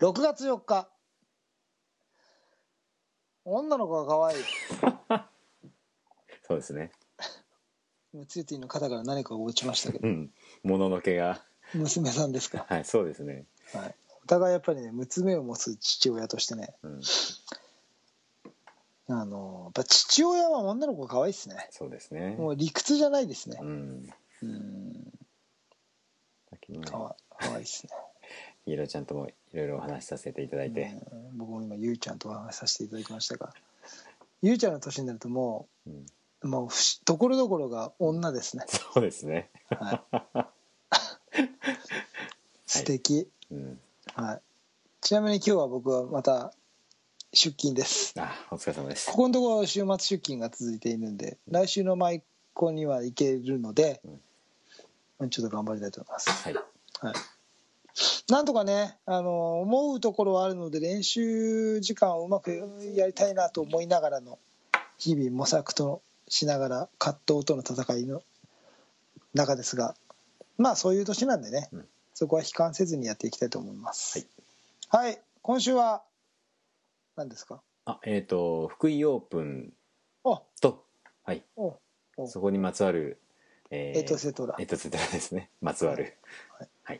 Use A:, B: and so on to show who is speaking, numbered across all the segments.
A: 6月4日女の子が可愛い
B: そうですね。
A: 今ツイティの方から何かが落ちましたけど
B: うん。もののけが。
A: 娘さんですか、
B: はい、そうですね。
A: はい、お互いやっぱりね娘を持つ父親としてね
B: うん。
A: あのやっぱ父親は女の子が可愛いですね
B: そうですね。
A: もう理屈じゃないですね
B: うん。
A: うん
B: さっきね
A: かわ可愛いですね
B: いろちゃんともいろいろお話しさせていただいて。
A: うん僕も今ゆうちゃんとお話しさせていただきましたがゆうちゃんの年になるとも
B: うん。
A: うもうふしところどころが女ですね、
B: そうですね。
A: はい、 素敵、
B: うん。
A: はい、ちなみに今日は僕はまた出勤です
B: あ、お疲れ様です
A: こ。このところ週末出勤が続いているんで来週の舞妓には行けるので、ちょっと頑張りたいと思います、
B: はい。
A: はい、なんとかねあの思うところはあるので練習時間をうまくやりたいなと思いながらの日々模索としながら葛藤との戦いの中ですがまあそういう年なんでね、
B: うん
A: そこは悲観せずにやっていきたいと思いますはい、今週は何ですか
B: あ、えっ、と、福井オープン
A: あ
B: と、はい。
A: おお
B: そこにまつわる、え
A: エトセトラ
B: えっと、セトラですね。まつわる。
A: まあ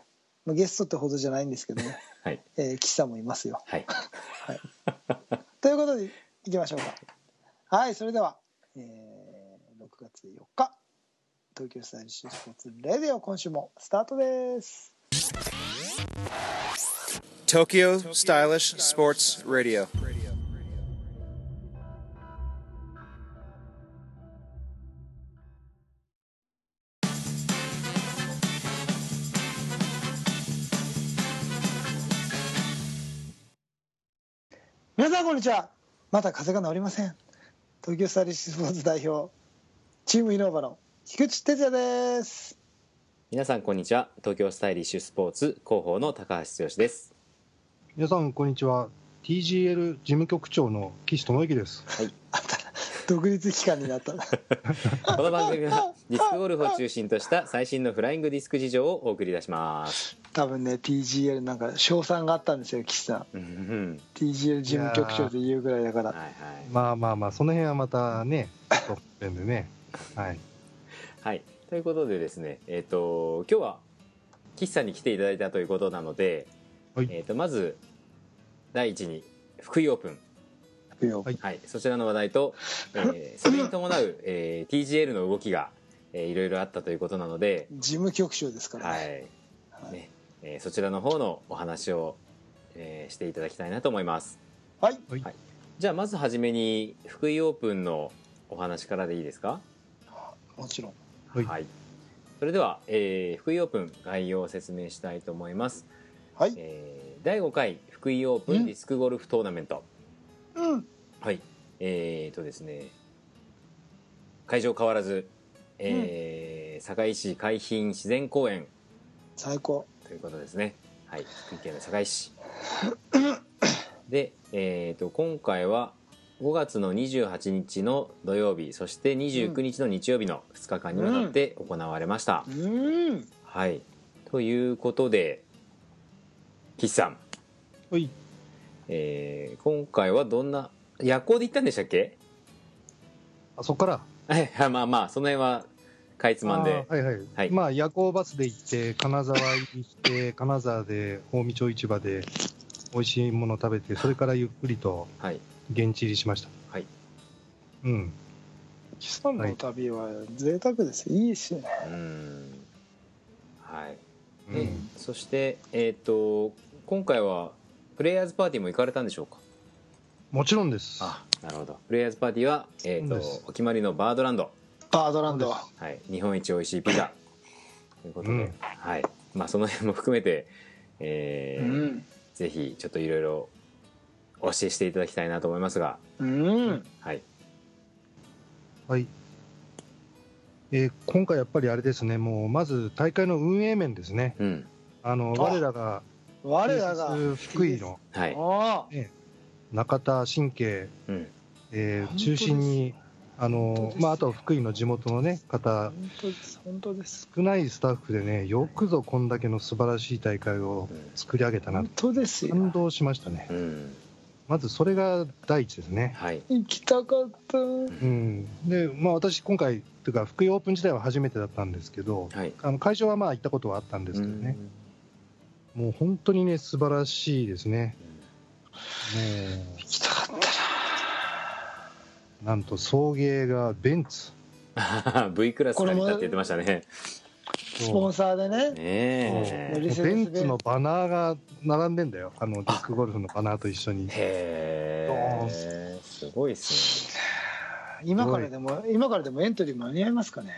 A: ゲストってほどじゃないんですけ どね、
B: はい。
A: えー、岸さんもいますよ
B: はい。
A: ということでいきましょうかはいそれでは、えー、6月4日東京スタイリッシュスポーツレディオ今週もスタートです
C: Tokyo Stylish Sports Radio.
A: 皆さんこんにちはまだ風邪が治りません東京スタイリッシュスポーツ代表チームイノーバの菊池哲也です
B: 皆さん、こんにちは。東京スタイリッシュスポーツ広報の高橋剛です。
D: 皆さんこんにちは TGL 事務局長の岸智之です
A: 独立機関になったな
B: この番組はディスクゴルフを中心とした最新のフライングディスク事情をお送り出します。
A: 多分ね TGL なんか賞賛があったんですよ岸さん
B: うんうん。
A: TGL 事務局長で言うぐらいだから
B: はいはい。
D: まあまあまあその辺はまた ね撮ってんでねはい
B: はい、ということでですね、えー、と今日は岸さんに来ていただいたということなので、
D: はい
B: えー、とまず第一に福井オープン、
A: いいよ
D: はい
B: はい、そちらの話題と、えーそれに伴う、えー TGL の動きが、えーいろいろあったということなので、
A: 事務局長ですからね、
B: はいねえーそちらの方のお話を、えーしていただきたいなと思います。
A: はい
B: じゃあまずはじめに福井オープンのお話からでいいですか
A: もちろん
D: はい
B: はい、それでは、えー福井オープン概要を説明したいと思います、
A: はい、
B: えー第5回福井オープ
A: うん
B: ンディスクゴルフトーナメント
A: うん
B: はいえーとですね会場変わらず、えー堺市海浜自然公園
A: 最高
B: ということですねはい福井県の堺市で、えー、と今回は5月の28日の土曜日そして29日の日曜日の2日間にわたって行われました、
A: うん
B: はい。ということで、岸さん、
D: はい
B: えー今回はどんな、夜行で行ったんでしたっけ
D: あそこから
B: はい、はいまあまあ、その辺は、かいつまんで
D: あ。はいはい、
B: はい
D: まあ夜行バスで行って金沢行って 金沢で近江町市場で美味しいもの食べてそれからゆっくりと
B: はい。
D: 現地入りしました
B: はい
D: うん
A: 岸さんの旅は贅沢ですよいいですよね
B: うーん。はい。
D: う
B: で
D: ん、
B: そして、えっ、と、今回は、プレイヤーズパーティーも行かれたんでしょうか
D: もちろんです
B: あ、なるほど。プレイヤーズパーティーは、えっ、
D: そう
B: と
D: です、
B: お決まりのバードランド。
A: バードランド
B: はい、日本一美味しいピザということで、
D: うん
B: はいまあ、その辺も含めて、え
A: う
B: ー
A: ん
B: ぜひちょっといろいろお教えしていただきたいなと思いますが、
A: うん
B: はい、
D: はい。えー今回やっぱりあれですね、もうまず大会の運営面ですね。
B: うん
D: あの、
A: あ
D: 我らが、
A: 我らが
D: TSS 福井の
B: はい
A: ああ
D: 中田神経、
B: うん
A: 本
D: えー
A: 当です
D: 中心に、あの、まあ、あとは福井の地元の、ね、方、
A: 本当です本当です
D: 少ないスタッフでね、よくぞこんだけの素晴らしい大会を作り上げたな
A: 本
D: と、
A: 当ですよ
D: 感動しましたね。
B: うん
D: まずそれが第一ですね。
B: はい
A: 行きたかった
D: うん、で、まあ、私、今回というか、福井オープン自体は初めてだったんですけど、
B: はい
D: あの会場はまあ行ったことはあったんですけどね、もう本当にね、素晴らしいですね。も
A: 行きたかった
D: うなんと送迎がベンツ、
B: うん V クラス借りたって言ってましたね
A: スポ
D: そ
A: ンサーで
B: ね
A: ね
B: え
A: そう
D: うベンツのバナーが並んでんだよ、あのディスクゴルフのバナーと一緒に。
B: へえすごいっすね
A: 今からでも今からでもエントリー間に合いますかね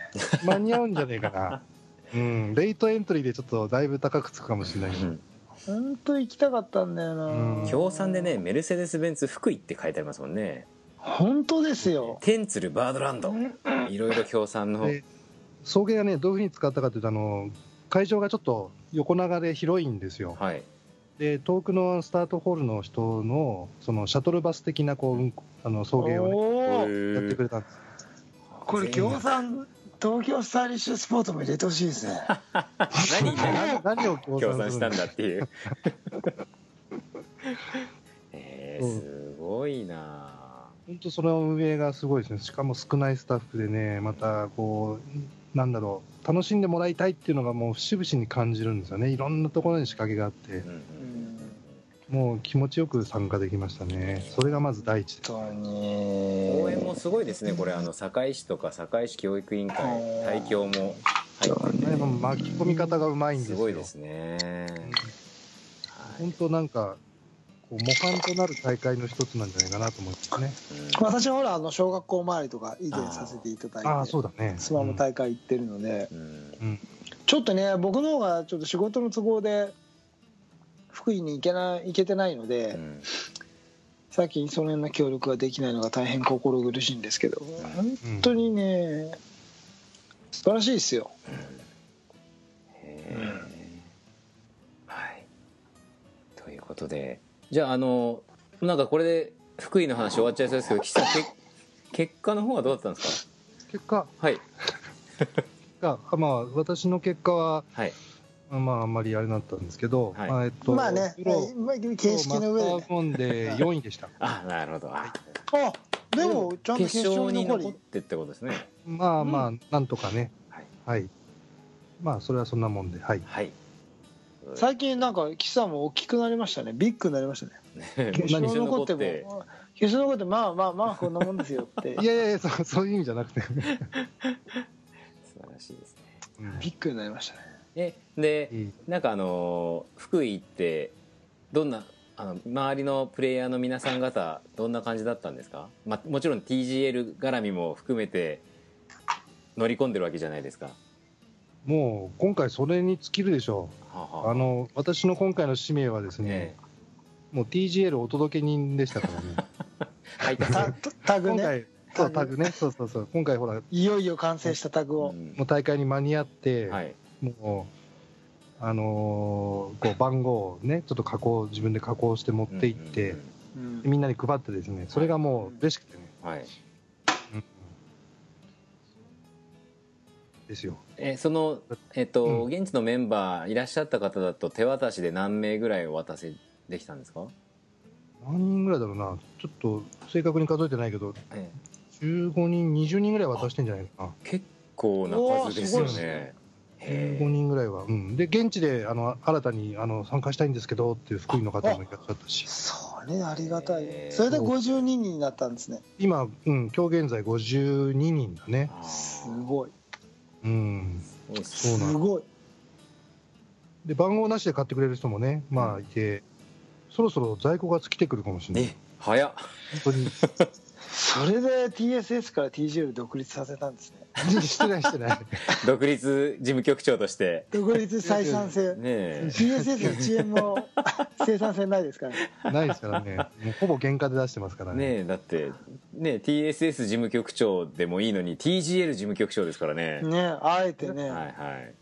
D: 間に合うんじゃねえかな。うん、レイトエントリーでちょっとだいぶ高くつくかもしれないけど、
A: 本当行きたかったんだよ
D: う
A: なん
B: 協賛でねメルセデス・ベンツ福井って書いてありますもんね
A: 本当ですよ
B: 天鶴バードランドいろいろ協賛の
D: で送迎がね、どういうふうに使ったかというと、あの会場がちょっと横長で広いんですよ。
B: はい
D: で遠くのスタートホールの人のそのシャトルバス的なこう、うん、あの送迎をね
A: おー
D: やってくれたんです
A: これ餃子東京スタイリッシュスポーツも入れてほしいですね
B: 何何
D: 何何を協
B: 協賛
D: 賛す
B: し
D: る
B: た
D: ん
B: ん
D: だ
B: だっていうえー、
D: うん
B: すごいな
D: 本当その運営がすごいですねしかも少ないスタッフでねまたこうなんだろう楽しんでもらいたいっていうのがもう節々に感じるんですよねいろんなところに仕掛けがあって
B: うん
D: もう気持ちよく参加できましたねそれがまず第一です
A: 本当
B: うん応援
A: に
B: もすごいですねこれあの堺市とか堺市教育委員会
A: うん
B: 対協も入って
D: やっぱ巻き込み方がうまいんです
B: す
D: よ
B: ごいですね、はい
D: 本当なんかこう模範となる大会の一つなんじゃないかなと思いますね
B: うん
A: 私はほらあの小学校周りとか以前させていただいて
D: ああそうだね
A: スマム大会行ってるので、
B: うん
D: うん
A: ちょっとね僕の方がちょっと仕事の都合で福井に行けない行けてないので、
B: うん
A: さっきその辺の協力ができないのが大変心苦しいんですけど本当にね素晴らしいですよ
B: へーはいということでじゃああのなんかこれで福井の話終わっちゃいそうですけど岸さんけ結果の方はどうだったんです
D: 結果
B: かはい
D: が、まあ、私の結果は、
B: はい
D: まあ、あんまりあれだったんですけど、
B: はい
D: まあえっと、
A: まあね
D: プロ
A: まあ形式の上で
D: マスタ
A: ね
D: ーンで4位でした。
B: あなるほどあ
A: あでもちゃんと決勝に残り
B: ってってことですね
D: まあまあ、なんとかね、
B: はい
D: はい。まあ、それはそんなもんで、はい。
B: はい
A: 最近なんか岸さんも大きくなりましたねビッグになりましたね 決勝に残っても決勝に残ってもまあまあまあこんなもんですよって
D: いやいやいや、そそういう意味じゃなくて、
B: 素晴らしいですね
D: うん
A: ビッグになりましたね
B: えで
D: いい
B: なんかあの福井ってどんなあの周りのプレイヤーの皆さん方どんな感じだったんですか、まあ、もちろん TGL 絡みも含めて乗り込んでるわけじゃないですか。
D: もう今回、それに尽きるでしょ
B: はあ
D: う、
B: はあ
D: あの私の今回の使命はですね
B: え、
D: もう TGL お届け人でしたからね、
B: え配達
A: タタグ
D: 今
A: ね
D: 回、そう
A: タ
D: タ
A: グ
D: グね、そうそうそう、今回、ほら、
A: いよいよ完成したタグを
B: うん
D: もう大会に間に合って、
B: はい
D: もう、あのーこう番号をね、ちょっと加工、自分で加工して持って行って、
B: うんうん
A: うん
D: でみんなに配ってですね、それがもう嬉しくてね。
B: うんはい、
D: うんですよ。
B: えその、えっと
D: う
B: 現地のメンバーいらっしゃった方だと手渡しで何名ぐらいお渡しできたんですか、
D: 何人ぐらいだろうな、ちょっと正確に数えてないけど、
B: ええ
D: 15人、20人ぐらい渡してんじゃないかな。
B: 結構な数ですよ
A: おーすごいです
B: ね
A: ね。
B: へえ
D: 15人ぐらいは。うん。で、現地で、あの、新たに、あの、参加したいんですけど、っていう福井の方もいらっしゃったし、
A: それありがたい
B: えー
A: それで52人になったんですね
D: 今、うん、今日現在52人だね。
B: あー
A: す
B: す
A: ごい
D: うん。
B: ごいっす
D: そう
A: す
D: なん
A: ごい
D: で、番号なしで買ってくれる人もね、まあ、いて、そろそろ在庫が尽きてくるかもしれない。
B: え早っ
D: 本当に。
A: それで TSS から TGL 独立させたんですね
D: してない、してない。
B: 独立事務局長として
A: 独立採算 性
B: ねえ
A: TSS1 円も 生産性ないですからね
D: ないですからね、もうほぼ原価で出してますからね、
B: ねえだってねえ TSS 事務局長でもいいのに TGL 事務局長ですからね
A: ねあえてね、
B: はいはい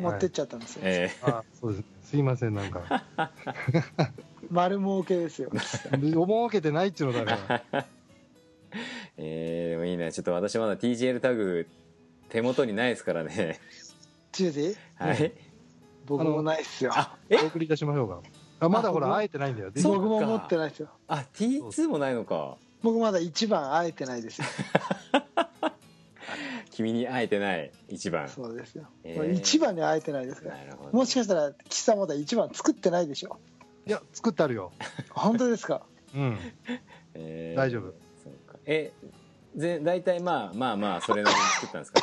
A: 持ってっちゃったんですよ、
B: ええ
D: あそうですね、すいません、なんか、
A: 丸儲けですよ
D: 思うわけてないっていうのだから、
B: えー、でもいいねちょっと私まだ TGL タグ手元にないですから ね
A: チューディ
B: はい
A: 僕もないっすよ
B: あえ
D: お送りいたしましょうかあまだほら会えてないんだよで
B: そう
A: 僕も持ってないっすよ
B: あ T2 もないのか
A: 僕まだ1番会えてない ですよ
B: 君に会えてない一番
A: そうですよ、
B: えー
A: まあ一番には会えてないですから
B: なるほど
A: もしかしたら岸さんまだ1番作ってないでしょ
D: いや作ってあるよ
A: 本当 ですか
D: うん
B: えー
D: 大丈夫
B: そうかえぜ大体まあまあまあそれなりに作ったんで すか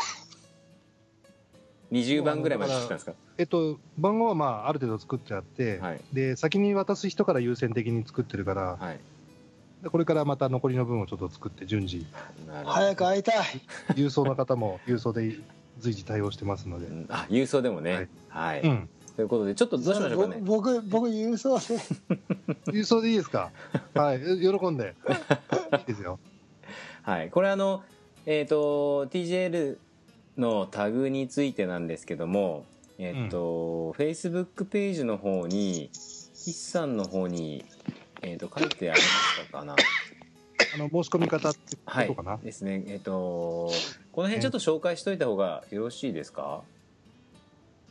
B: 20番ぐらいまで作ったんですか
D: えっと番号はまあある程度作ってあって、
B: はい
D: で先に渡す人から優先的に作ってるから
B: はい
D: でこれからまた残りの分をちょっと作って順次
B: なるほど
A: 早く会いたい
D: 郵送の方も 郵送で随時対応してますので
B: う、んあ郵送でもねはい、
D: うん、
B: ということでちょっとどうしましょうかね
A: ぼ僕僕郵送で
D: 郵送でいいですかはい喜んでいいですよ
B: はい、これあの、えー、と TJL のタグについてなんですけども、えーと Facebook ページの方に筆さんの方に、えー、と書いてありましたかな。
D: あの申し込み方ってこ
B: は
D: と
B: い
D: かな、、
B: ですね、えっ、とこの辺ちょっと紹介しといた方がよろしいですか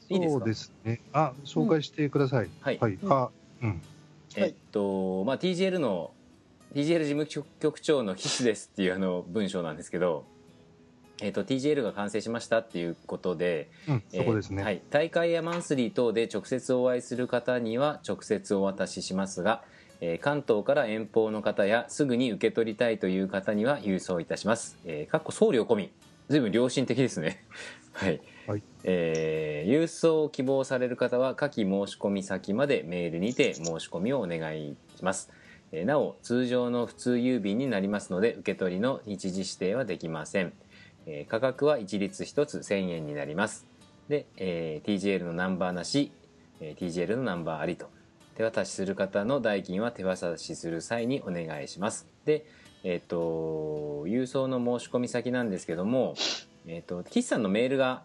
B: いいですか
D: そうですねあ紹介してください、
B: はい
D: はいあうん
B: えっとまあ、TGL の TGL 事務局長の岸ですっていうあの文章なんですけど、えっと、TGL が完成しましたっていうことで、
D: うん、そこです
B: えー
D: ね、
B: はい、大会やマンスリー等で直接お会いする方には直接お渡ししますが、えー関東から遠方の方やすぐに受け取りたいという方には郵送いたします、えー、かっこ送料込み随分良心的ですね はい、
D: はい
B: えー郵送を希望される方は下記申し込み先までメールにて申し込みをお願いしますえーなお通常の普通郵便になりますので受け取りの日時指定はできません、えー価格は一律1つ1000円になりますで、えー TGL のナンバーなし、えー TGL のナンバーありと手渡しする方の代金は手渡しする際にお願いしますでえっ、と郵送の申し込み先なんですけどもえっ、と岸さんのメールが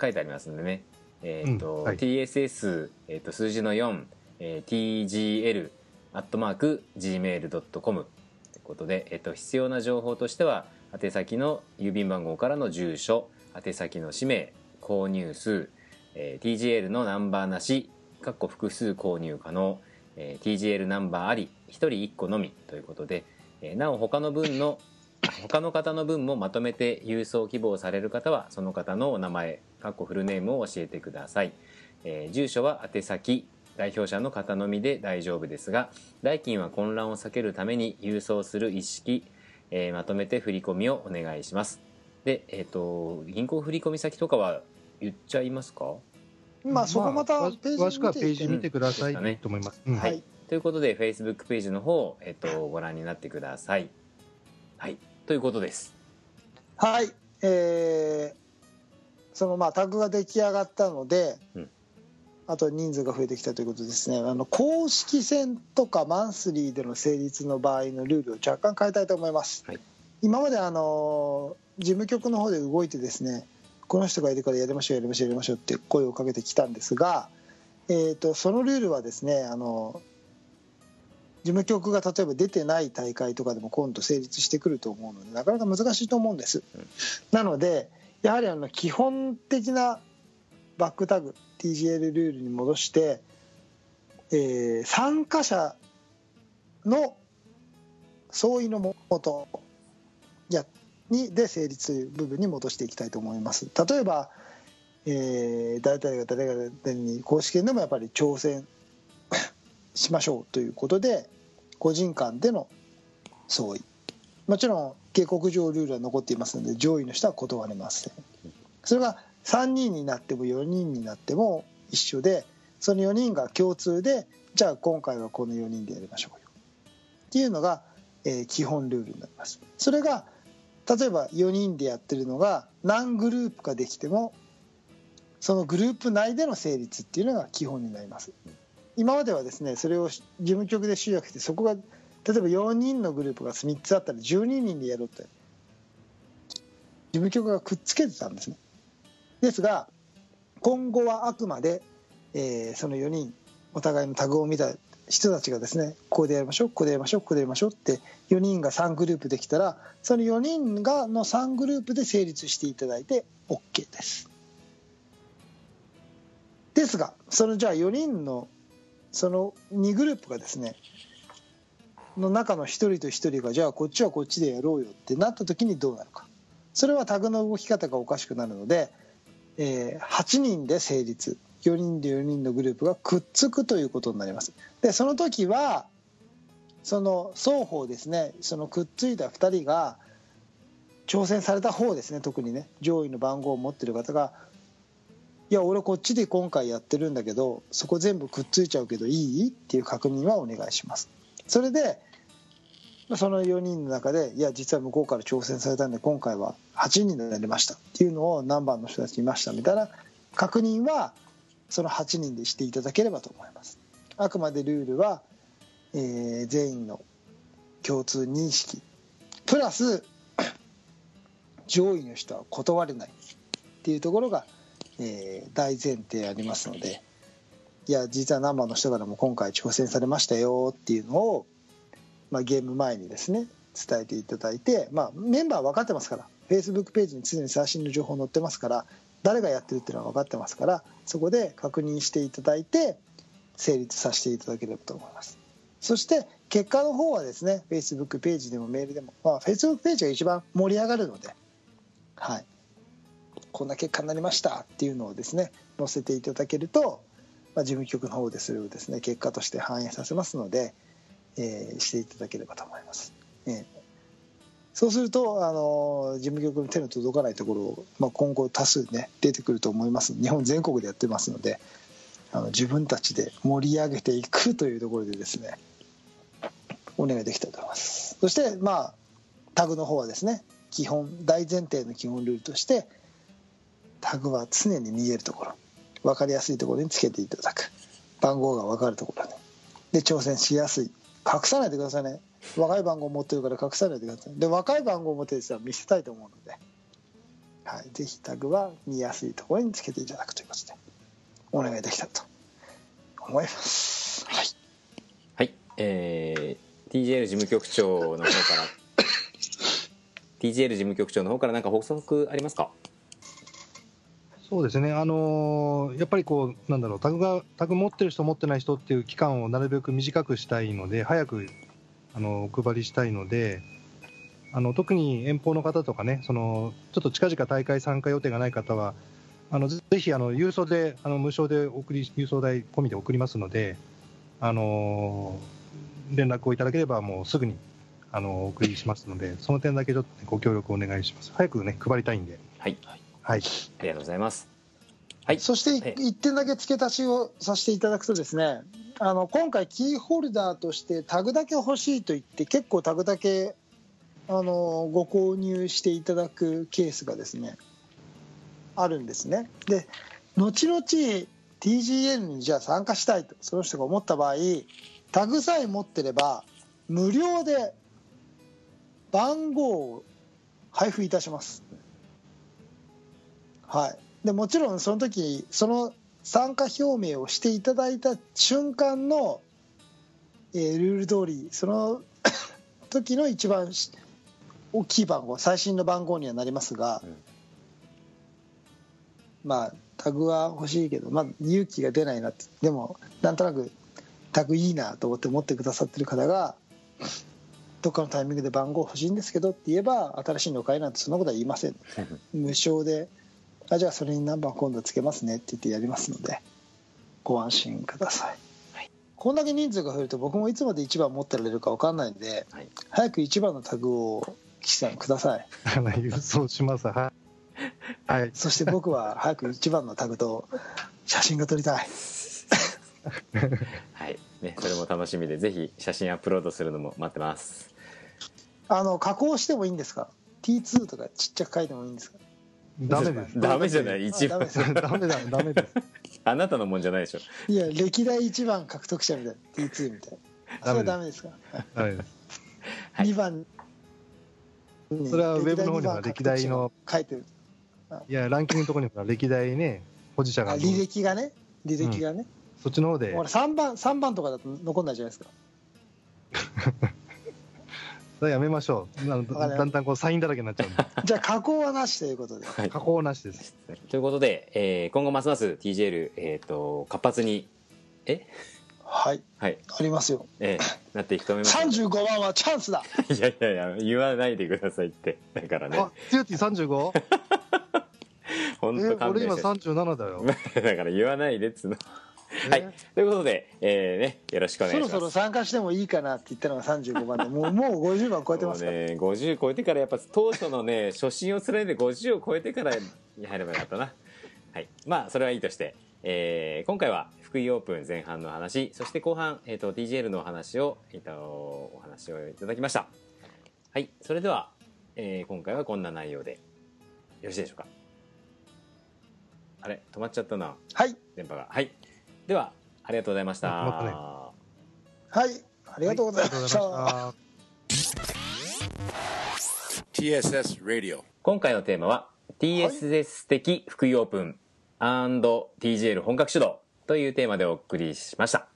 B: 書いてありますのでねえっ、と、
D: うんはい
B: TSS、えー、と数字の4、えー TGL アットマーク gmail.com ということで、えっと、必要な情報としては宛先の郵便番号からの住所宛先の氏名購入数、えー TGL のナンバーなし括弧複数購入可能、えー TGL ナンバーあり1人1個のみということで、えーなお他の分の あ他の方の分もまとめて郵送希望される方はその方のお名前括弧フルネームを教えてください、えー住所は宛先代表者の方のみで大丈夫ですが代金は混乱を避けるために郵送する一式、えーまとめて振り込みをお願いしますでえっ、と銀行振込先とかは言っちゃいますか
A: まあそこまた
D: わ
A: ページ見て
D: 詳しくはページ見てください、
B: うん
D: いいと思います、うん
A: は
B: はいい、ということで Facebook ページの方、えっとご覧になってくださいはいということです
A: はいえーそのまあタグが出来上がったので、
B: うん
A: あと人数が増えてきたということですねあの公式戦とかマンスリーでの成立の場合のルールを若干変えたいと思います、
B: はい
A: 今まであの事務局の方で動いてですねこの人がいるからやりましょうやりましょうやりましょうって声をかけてきたんですが、えー、とそのルールはですねあの事務局が例えば出てない大会とかでも今度成立してくると思うのでなかなか難しいと思うんです、なのでやはりあの基本的なバックタグ TGL ルールに戻して、えー参加者の相違のもとやにで成立という部分に戻していきたいと思います。例えば、えー誰々が誰々に公式戦でもやっぱり挑戦 しましょうということで個人間での相違もちろん警告上ルールは残っていますので上位の人は断れませんそれが3人になっても4人になっても一緒でその4人が共通でじゃあ今回はこの4人でやりましょうよっていうのが、えー基本ルールになりますそれが例えば4人でやってるのが何グループかできてもそのグループ内での成立っていうのが基本になります今まではですねそれを事務局で集約してそこが例えば4人のグループが3つあったら12人でやろうって事務局がくっつけてたんですねですが今後はあくまで、えーその4人お互いのタグを見た人たちがですねここでやりましょうここでやりましょうここでやりましょうって4人が3グループできたらその4人がの3グループで成立していただいて OK ですですがそのじゃあ4人のその2グループがですねの中の1人と1人がじゃあこっちはこっちでやろうよってなった時にどうなるかそれはタグの動き方がおかしくなるので、えー8人で成立4人で4人のグループがくっつくということになりますでその時はその双方ですねそのくっついた2人が挑戦された方ですね特にね上位の番号を持ってる方が「いや俺こっちで今回やってるんだけどそこ全部くっついちゃうけどいい?」っていう確認はお願いしますそれでその4人の中で「いや実は向こうから挑戦されたんで今回は8人になりました」っていうのを何番の人たちいましたみたいな確認はその8人でしていただければと思いますあくまでルールは、えー全員の共通認識プラス 上位の人は断れないっていうところが、えー大前提ありますのでいや実は何番の人からも今回挑戦されましたよっていうのを、まあ、ゲーム前にですね伝えていただいて、まあ、メンバーは分かってますから Facebook ページに常に最新の情報載ってますから誰がやってるっていうのは分かってますからそこで確認していただいて成立させていただければと思いますそして結果の方はですね Facebook ページでもメールでも、まあ、Facebook ページが一番盛り上がるので、はい、こんな結果になりましたっていうのをですね載せていただけると、まあ、事務局の方でそれをですね結果として反映させますので、えーしていただければと思います。えーそうすると、あの事務局の手の届かないところを、まあ、今後多数ね出てくると思います日本全国でやってますのであの自分たちで盛り上げていくというところでですねお願いできたらと思いますそしてまあタグの方はですね基本大前提の基本ルールとしてタグは常に見えるところ分かりやすいところにつけていただく番号が分かるところにで挑戦しやすい隠さないでくださいね若い番号持ってるから隠さないでくださいで若い番号持ってる人は見せたいと思うので、はい、ぜひタグは見やすいところにつけていただくということでお願いできたらと思いますはい
B: はい、えー、TJL 事務局長の方から TJL 事務局長の方から何か補足ありますか
D: そうですね、あのーやっぱりこう、なんだろうタグが、タグ持ってる人、持ってない人っていう期間をなるべく短くしたいので、早く、あのお配りしたいので、あの特に遠方の方とかね、そのちょっと近々大会参加予定がない方は、あのぜぜひあの郵送であの、無償で送り、郵送代込みで送りますので、あのー連絡をいただければ、もうすぐにあのお送りしますので、その点だけちょっとね、ご協力お願いします。早くね、配りたいんで。
B: はい
D: はい
B: ありがとうございますはい
A: そして
B: ええ
A: 1点だけ付け足しをさせていただくとですねあの今回キーホルダーとしてタグだけ欲しいと言って結構タグだけあのご購入していただくケースがですねあるんですねで後々 TGN にじゃあ参加したいとその人が思った場合タグさえ持ってれば無料で番号を配布いたしますはい、でもちろんその時その参加表明をしていただいた瞬間の、えールール通りその 時の一番し大きい番号最新の番号にはなりますが、
B: うん
A: まあタグは欲しいけど、まあ、勇気が出ないなってでもなんとなくタグいいなと思って持ってくださってる方が どっかのタイミングで番号欲しいんですけどって言えば新しいの買いなんてそんなことは言いませ ん無償であじゃあそれに何番今度つけますねって言ってやりますのでご安心ください、こんだけ人数が増えると僕もいつまで1番持ってられるか分かんないんで、
B: はい
A: 早く1番のタグを岸さんください
D: あの郵送します。はい。はい。
A: そして僕 は早く1番のタグと写真が撮りたい
B: はいねそれも楽しみでぜひ写真アップロードするのも待ってます
A: あの加工してもいいんですか T2 とかちっちゃく書いてもいいんですか
D: ダメです。
B: ダメじゃない一
A: あダメで
B: 番
A: す
D: ダメだ。ダメです。
B: あなたのもんじゃないでしょ
A: いや歴代1番獲得者みたいな T2 みたいなそれはダメですか、
D: ダメです。
B: はい
A: 2番
D: それはウェブの方には歴代の
A: 書いてる
D: いや、ランキングのところにほら歴代ね、保持者
A: あ
D: が。
A: 履歴がね履歴がね、
D: そっちの方で
A: ほら3番三番とかだと残んないじゃないですか
D: やめましょうあの
A: わかりました
D: だんだんこうサインだらけになっちゃうんで
A: じゃあ加工はなしということで
B: はい
D: 加工なしです
B: ということで、えー今後ますます TJL、えー、と活発に
A: はい
B: はい、
A: ありますよ
B: えーなっていくと思います
A: 35番はチャンスだ
B: いやいやいや言わないでくださいってだからね
D: あ強ティ 35?
B: 本
D: え
B: 当勘
D: 俺
B: 弁
D: 今
B: して
D: 37だよ、
B: だから言わないでっつうのはい
D: え
B: ということで、えーね、よろしくお願い
A: そろ
B: します
A: そろ参加してもいいかなって言ったのが35番でもうもう50番超えてますから、
B: もうね50超えてからやっぱ当初のね 初心を貫いて50を超えてからに入ればよかったなはいまあそれはいいとして、えー今回は福井オープン前半の話そして後半、えー、と DGL のお話を、えー、とお話をいただきましたはいそれでは、えー今回はこんな内容でよろしいでしょうかあれ止まっちゃったな
A: はい
B: 電波がはいではありがとうございました
D: あ止まったね
A: はいありがとうございました、
D: はいありがとうございました
C: TSS Radio.
B: 今回のテーマは TSS 的福井オープン &TGL 本格主導というテーマでお送りしました。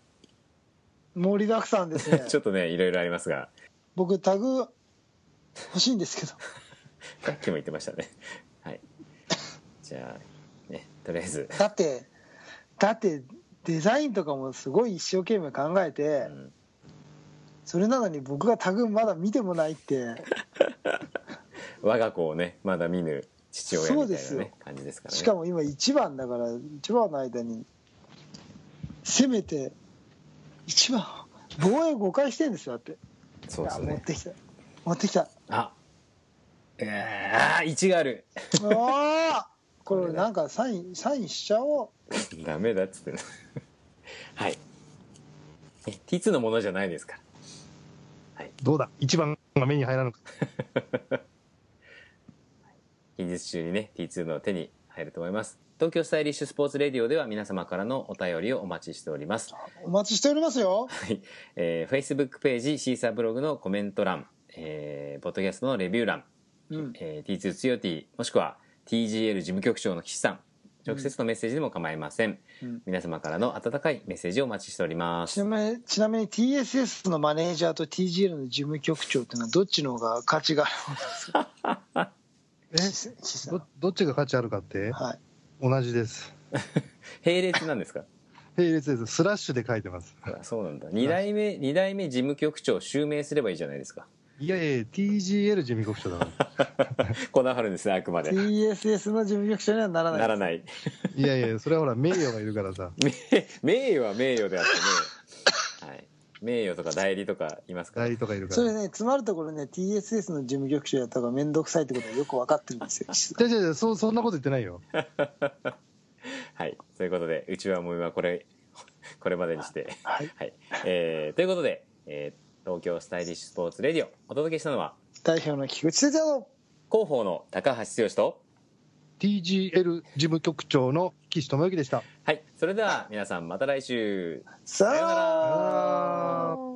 A: 盛りだくさんですね
B: ちょっとね、いろいろありますが、
A: 僕タグ欲しいんですけど
B: さっきも言ってましたね。はい。じゃあ、ね、とりあえず、
A: だってだってデザインとかもすごい一生懸命考えて
B: うん
A: それなのに僕がタグまだ見てもないって
B: 我が子をね、まだ見ぬ父親
A: そう
B: み
A: で
B: たい
A: す
B: な
A: よ
B: ね、感じですからね。
A: しかも今1番だから1番の間にせめて1番防衛5回してんですよだって
B: そうです
A: あ
B: よ
A: 持っ
B: ね。
A: てきた持ってき た
B: あ、えー、あー、1がある。
A: おおこれなんかサインサインしちゃお
B: ダメだっつってね。はい。え T2 のものじゃないですから。
D: どうだ一番が目に入らぬか
B: 近日中にね T2 の手に入ると思います東京スタイリッシュスポーツレディオでは皆様からのお便りをお待ちしております、
A: うお待ちしておりますよ
B: はいえー、Facebook ページシーサーブログのコメント欄、えー、ポッドキャストのレビュー欄、
A: うん
B: えー、T2 強 T もしくは TGL 事務局長の岸さん直接のメッセージでも構いません、
A: うん
B: 皆様からの温かいメッセージをお待ちしておりま
A: ち
B: す
A: なみにちなみに TSS のマネージャーと TGL の事務局長っていうのはどっちの方が価値があるんですか
D: え
A: 岸さん
D: どどっちが価値あるかって
A: はい
D: 同じです
B: 並列なんです か
D: 並列ですスラッシュで書いてます
B: あそうなんだ2代目二代目事務局長を襲名すればいいじゃないですか
D: いやいや TGL 事務局長だから
B: こだわるんですねあくま で
A: TSS の事務局長にはならない
B: ならない
D: いやいやそれはほら名誉がいるか らさ
B: 名誉は名誉であってね、はい、名誉とか代理とかいますから
D: 代理とかいるか
A: そ
D: ら
A: れね詰まるところね TSS の事務局長やった方が面倒くさいってことはよく分かってるんですよ 岸さん
D: じゃじゃじゃそそんなこと言ってないよ
B: はいということでうちはもう今これ これまでにして
A: はい
B: はい、えーということで、えー東京スタイリッシュスポーツレディオお届けしたのは
A: 代表の菊池哲也の
B: 広報の高橋剛と
D: TGL 事務局長の岸智之でした
B: はいそれでは皆さんまた来週
A: さ
B: さよう
A: あ
B: なら
D: あー